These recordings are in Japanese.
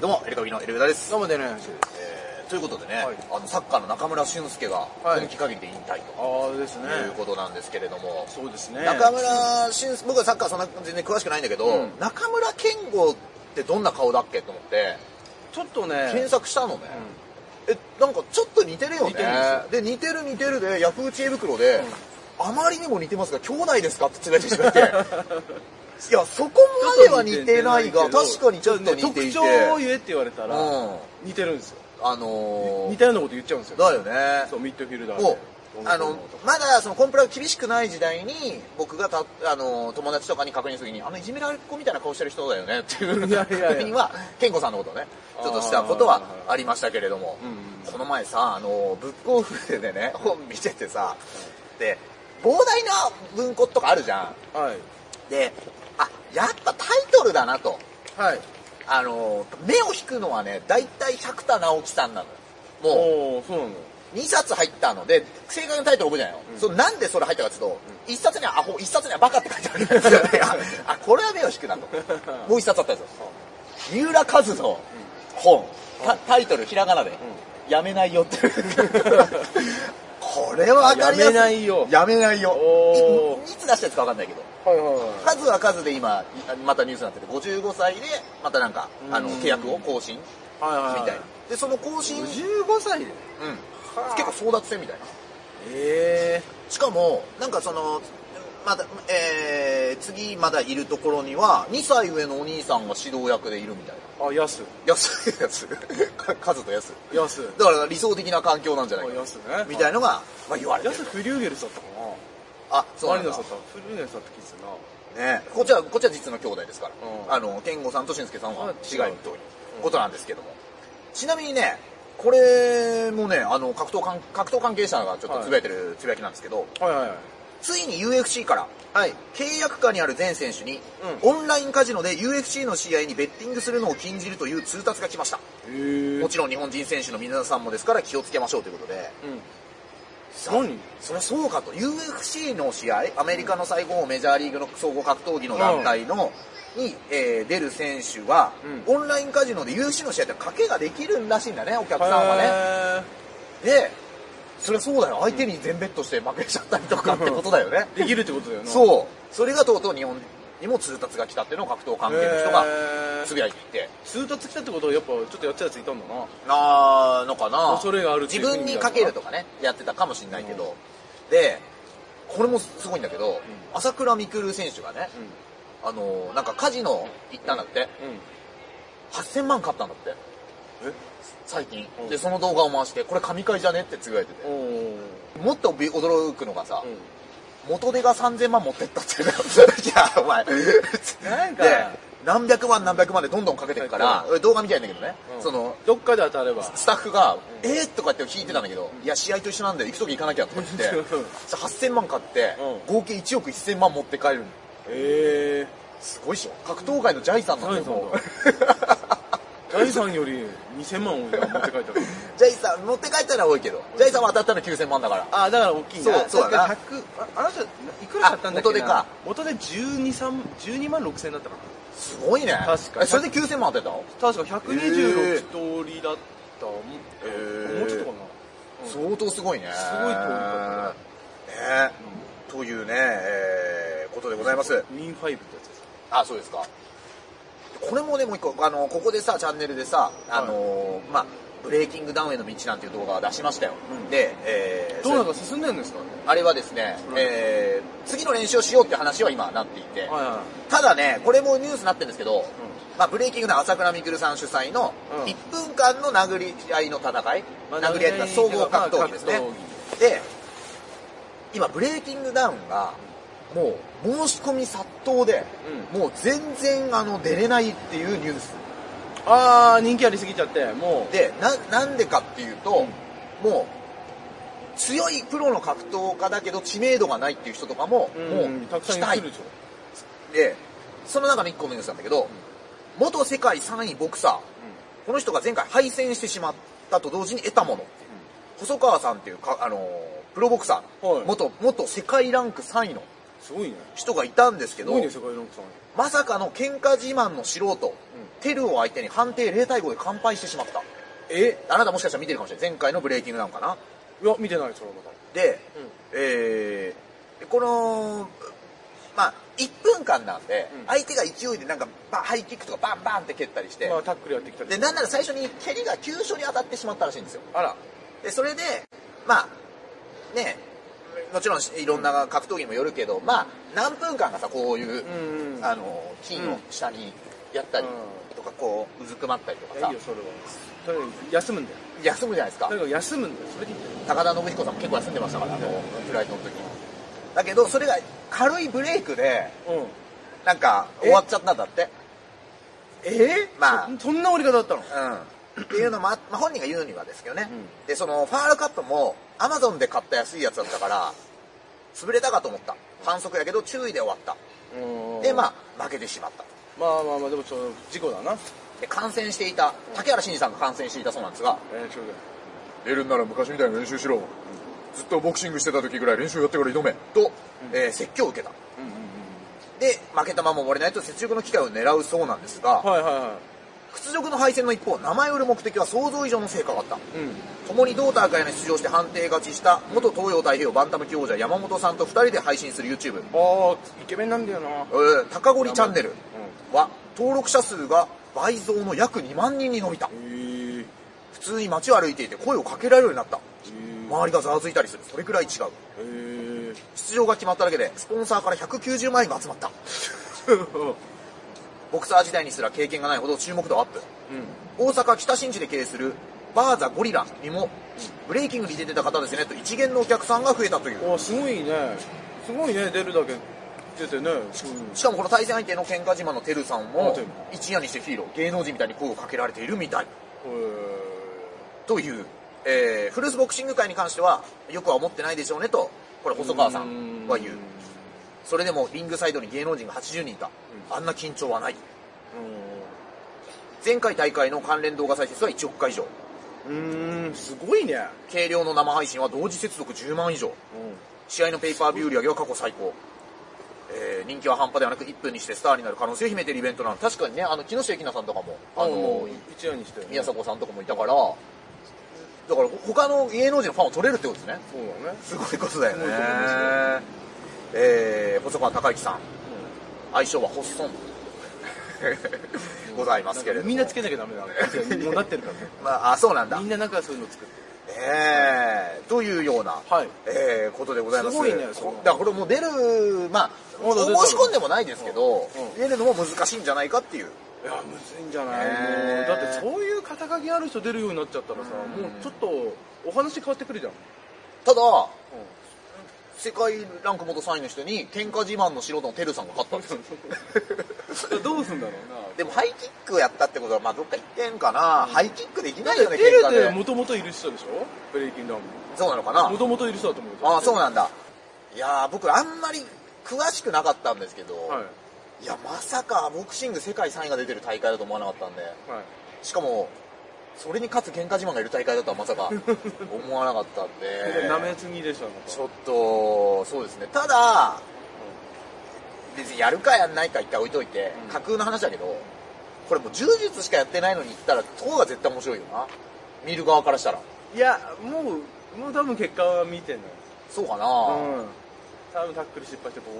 どうも、エルカビのエルウダです。どうも出ない話です。えーということでね、はいあのサッカーの中村俊輔がはい今季限りで引退とああですね。いうことなんですけれども、そうですね。中村俊輔、僕はサッカーそんな全然詳しくないんだけど、うん中村健吾ってどんな顔だっけと思って、ちょっとね、検索したのね、え、なんかちょっと似てるよね似てるんで似てる似てるで、ヤフー知恵袋で、あまりにも似てますが、兄弟ですかってつぶやいてしま って。いや、そこまでは似てないが、確かにちょっと似ていて。特徴を言えって言われたら、うん似てるんですよ。あのー、似たようなこと言っちゃうんですよ。だよねそう、ミッドフィルダーで。もどううあのまだそのコンプラが厳しくない時代に僕がたあの友達とかに確認するときにあのいじめられっ子みたいな顔してる人だよねっていういやいやいや確認は健吾さんのことをねちょっとしたことはありましたけれどもうんうんこの前さあのブックオフでね本見ててさで膨大な文庫とかあるじゃんはい。であやっぱタイトルだなとはい。あの目を引くのはね大体百田直樹さんなのよもうおおそうなの。 2冊入ったので、正確なタイトル覚えてないの。うんそうなんでそれ入ったかっていうと、1冊にはアホ、1冊にはバカって書いてあるんです よね。あ、あこれは目を引くなと。もう1冊あったんですよ。三浦和の本、たタイトルひらがなで、やめないよって いう。これは分かりやすい。やめないよやめないよ。おーいいつ出したやつか分かんないけど。はいは数は数で今、いまたニュースになってて、55歳で、またなんか、あの、うん契約を更新みい。はいはい。たいな。で、その更新、うん。 55歳で。結構争奪戦みたいな。えしかも、なんかその、まだ、えー、次まだいるところには、2歳上のお兄さんが指導役でいるみたいな。えー。あ、安。安いやつ。か数と安い。安。だから理想的な環境なんじゃあないか。安ね。みたいのが、まあ、言われてる安。フリューゲルスだったかな。あ、そうマなリんだノスだった。フリューゲルスだった気がするな。ねこっちは、こっちは実の兄弟ですから。うんあの、健吾さんと俊介さんはあ違違いうということなんですけども。ちなみにね、これもね、あの、格闘関、格闘関係者がちょっとつぶやいてるつぶやきなんですけど、はいはいはい。ついに UFC から、はい。契約下にある全選手に、オンラインカジノで UFC の試合にベッティングするのを禁じるという通達が来ました。えー。もちろん日本人選手の皆さんもですから気をつけましょうということで。うん。さ何そりゃそうかと。UFC の試合、アメリカの最高メジャーリーグの総合格闘技の団体の、に、えー出る選手は、オンラインカジノで UFC の試合って賭けができるらしいんだね、お客さんはね。ね。で、そりゃそうだよ。相手に全ベットして負けちゃったりとかってことだよね。できるってことだよな。そう。それがとうとう日本にも通達が来たっていうのを格闘関係の人がへーつぶやいていて。通達来たってことはやっぱちょっとやってたやついたんだななーのかな恐れがあるって自いう意味分にだかけるとかね、やってたかもしれないけど。で、これもすごいんだけど、朝倉未来選手がね、あのーなんかカジノ行ったんだって、うんうん8000万買ったんだって、え最近う。んで、その動画を回して、これ神回じゃねってつぶやいてて。おもっとび驚くのがさ、う元手が3000万持ってったっていうの いや、お前。なんかで、何百万何百万でどんどんかけていくから、動画見たいんだけどね、んその、どっかで当たればスタッフが、えー、とか言って聞いてたんだけど、いや、試合と一緒なんで行くとき行かなきゃとか言って、うんさ8000万買って、う合計1億1000万持って帰る。ええすごいっしょ。格闘界のジャイさんなんだよ、もう。財産より2000万多いな持って帰ったかジャイさん、持って帰ったら多いけど、ジャイさんは当たったの9000万だから。ら あだから大きいなそうそうだなっああの人いくら買ったんだっけあ元な手か元手12三12万6000だったかすごいね。確かにえそれで9000万当てたの、な確か126通りだったもえーもうちょっとかなうん相当すごいね。すごい通りだっねというね、えーことでございます。ミンファイブってやつですあ、そうですか。これもね、もう一個、あの、ここでさ、チャンネルでさ、あのーまあ、ブレイキングダウンへの道なんていう動画を出しましたよ。うんで、えーどうなんそれか進んでるんですかあれはですね、えー次の練習をしようって話は今なっていて、はいはいただね、これもニュースになってるんですけど、まあ、ブレイキングの朝倉未来さん主催のうん1分間の殴り合いの戦い、まあ殴り合いというか総合格闘技ですね。格闘で、今、ブレイキングダウンが、もう、申し込み殺到で、もう全然、あの、出れないっていうニュース。ああ人気ありすぎちゃってもうで、な、なんでかっていうと、もう、強いプロの格闘家だけど知名度がないっていう人とかも、ももうう、たくさ来んやったている。でしょで、その中の1個のニュースなんだけど、元世界3位ボクサー、この人が前回敗戦してしまったと同時に得たものっていう。細川さんっていうか、あのープロボクサーの、はい元、元世界ランク3位のすごいね人がいたんですけすど、ごいね世界ランクさんまさかの喧嘩自慢の素人、テルを相手に判定0対5で完敗してしまった。えあなたもしかしたら見てるかもしれない。前回のブレイキングダウンかな。いや見てないそれまだで、うんえーこの、まあ、1分間なんで、うん相手が勢いでなんかバハイキックとかバンバンって蹴ったりして、まあタックルやってきたりで、なんなら最初に蹴りが急所に当たってしまったらしいんですよ。あらで、それで、まあ、ねもちろんいろんな格闘技にもよるけど、まあ、何分間かさ、こういう、うんうんあの、金を下にやったりとか、こう、うずくまったりといかやいさいよ、それはとにかく休むんだよ休むじゃないですかと。にかく休むんだよそれでいいんだよ高田信彦さんも結構休んでましたから、あの、フライトの時だけど、それが軽いブレイクで、うんなんか、え終わっちゃったんだって。えー、まあそそんな折り方だったのうん。っていうのもあ、まあ、本人が言うにはですけどね。うんで、その、ファールカットも、アマゾンで買った安いやつだったから、潰れたかと思った。反則やけど、注意で終わった。で、まあ、負けてしまった。あまあまあまあでもちょっと事故だなで、感染していた、竹原慎二さんが感染していたそうなんですが、練習で出るんなら昔みたいな練習しろ。ずっとボクシングしてた時ぐらい練習やってから挑め。と、えー説教を受けた。うんうんうんで、負けたまま終われないと雪辱の機会を狙うそうなんですが、はいはいは屈辱の敗戦の一方、名前を売る目的は想像以上の成果があった。いうん共に同大会に出場して判定勝ちした元東洋太平洋バンタム級王者山本さんと2人で配信する YouTube、ああイケメンなんだよなえー、高堀チャンネルうは登録者数が倍増の約2万人に伸びたんへえ普通に街を歩いていて声をかけられるようになったへ周りがざわついたりするそれくらい違うえ出場が決まっただけでスポンサーから190万円が集まったボクサー時代にすら経験がないほど注目度アップうん大阪北新地で経営するバーザゴリラにもブレイキングに出てた方ですねと一元のお客さんが増えたというあすごいねすごいね出るだけ出てねしかもこの対戦相手の喧嘩自慢のテルさんあもテル一夜にしてヒーロー芸能人みたいに声をかけられているみたいへという、えー、フルーツボクシング界に関してはよくは思ってないでしょうねとこれ細川さんは言うそれでもリングサイドに芸能人が80人いたあんな緊張はない前回大会の関連動画再生数は1億回以上うんうんすごいね軽量の生配信は同時接続10万以上試合のペーパービュー売り上げは過去最高、えー人気は半端ではなく1分にしてスターになる可能性を秘めているイベントなの確かにねあの木下ゆきなさんとかもああのの一夜にして宮迫さんとかもいたからだから他の芸能人のファンを取れるってことですねそうだねすごいことだよすごいことですねえー、細川孝之さん愛称はホッ ソンございますけれどもみんなつけなきゃダメ だもうなってるからねまああそうなんだみんななんかそういうの作ってえー、というような、はいえーことでございますすごいねそこうだからこれもう出るまあまだ出た申し込んでもないですけど、うんうん出るのも難しいんじゃないかっていういやむずいんじゃない、ねえもうだってそういう肩書きある人出るようになっちゃったらさ、うんもうちょっとお話変わってくるじゃん、ただ世界ランク元3位の人に喧嘩自慢の素人のテルさんが勝ったんですよ どうすんだろうでもハイキックやったってことはまあどっか行ってんかな、ハイキックできないよねテ喧嘩レででもともといる人でしょブレイキンダウンそうなのかなもともといる人だと思うああそうななんだいやー僕あんまり詳しくなかったんですけど、はいい、やまさかボクシング世界3位が出てる大会だと思わなかったんではいしかもそれに勝つ喧嘩自慢がいる大会だとはまさか思わなかったんでな めすぎでしょなんかちょっとそうですねただ別にやるかやんないか一回置いといて、うん架空の話だけどこれもう柔術しかやってないのに行ったらそこが絶対面白いよな見る側からしたらいやもうもう多分結果は見てないそうかな、うん多分タックル失敗してボー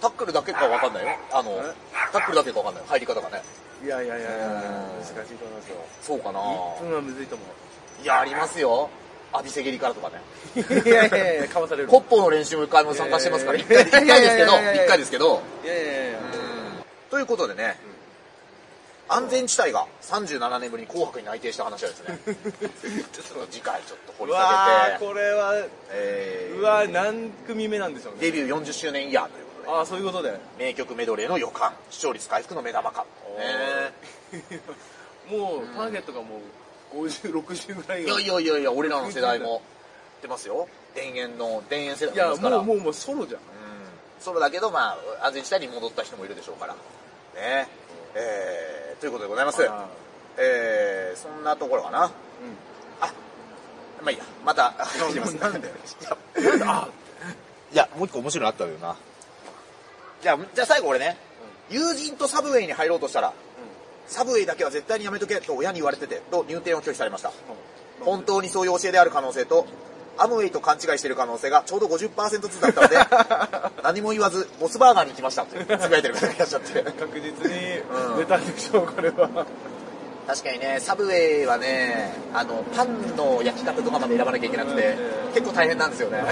タックルだけかわかんないよあのえタックルだけかわかんない入り方がねンいやいやいやいやうん難しいと思いますよそうかな1分はむずいと思いやありますよ浴びせ蹴りからとかねういやいやいやかわされるコッポーの練習も一回も参加してますからい一や回い一やいや回いですやいけどやいやいやいや一回ですけどいやいやいやということでね、安全地帯が37年ぶりに「紅白」に内定した話はです ねちょっと次回ちょっと掘うりわ下ーげて、これはえーうわー何組目なんでしょうねデビュー40周年イヤーということでああそういうことで名曲メドレーの予感視聴率回復の目玉か、おーね もうターゲットがもう5060ぐらいいやいやいやいや俺らの世代も出ますよ田園の田園世代いもやですからもうもうもうソロじゃうんんソロだけど、まあ、安全地帯に戻った人もいるでしょうから。ね。えー、ということでございます。あえー、そんなところかな。あ、まあいいや、また、聞きますなんでいや いや、もう一個面白いのあったよな。じゃあ、じゃあ最後俺ね、友人とサブウェイに入ろうとしたら、サブウェイだけは絶対にやめとけと親に言われてて、と入店を拒否されました。本当にそういう教えである可能性と、アムウェイと勘違いしている可能性がちょうど50%ずつだった ので、何も言わず、モスバーガーに行きましたって、つぶやいてる方がいらっしゃって。確実に出たんでしょう、これは。確かにね、サブウェイはね、あの、パンの焼き方とかまで選ばなきゃいけなくてう、ん結構大変なんですよ ね。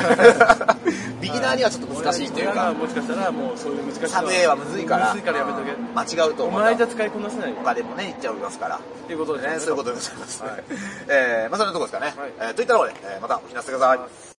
ビギナーにはちょっと難しいという親がか、もしかしたらもうそういう難しいの。サブウェイはむずいから、むずいからやめとけ。間違うとお思う。前じゃ使いこなせないよ。他でもね、行っちゃいますから。っていうことですね、ね。そういうことでございます。はいえー、まあ、そんなとこですかね。はいえーといったところで、えーまたお聞きなさいください。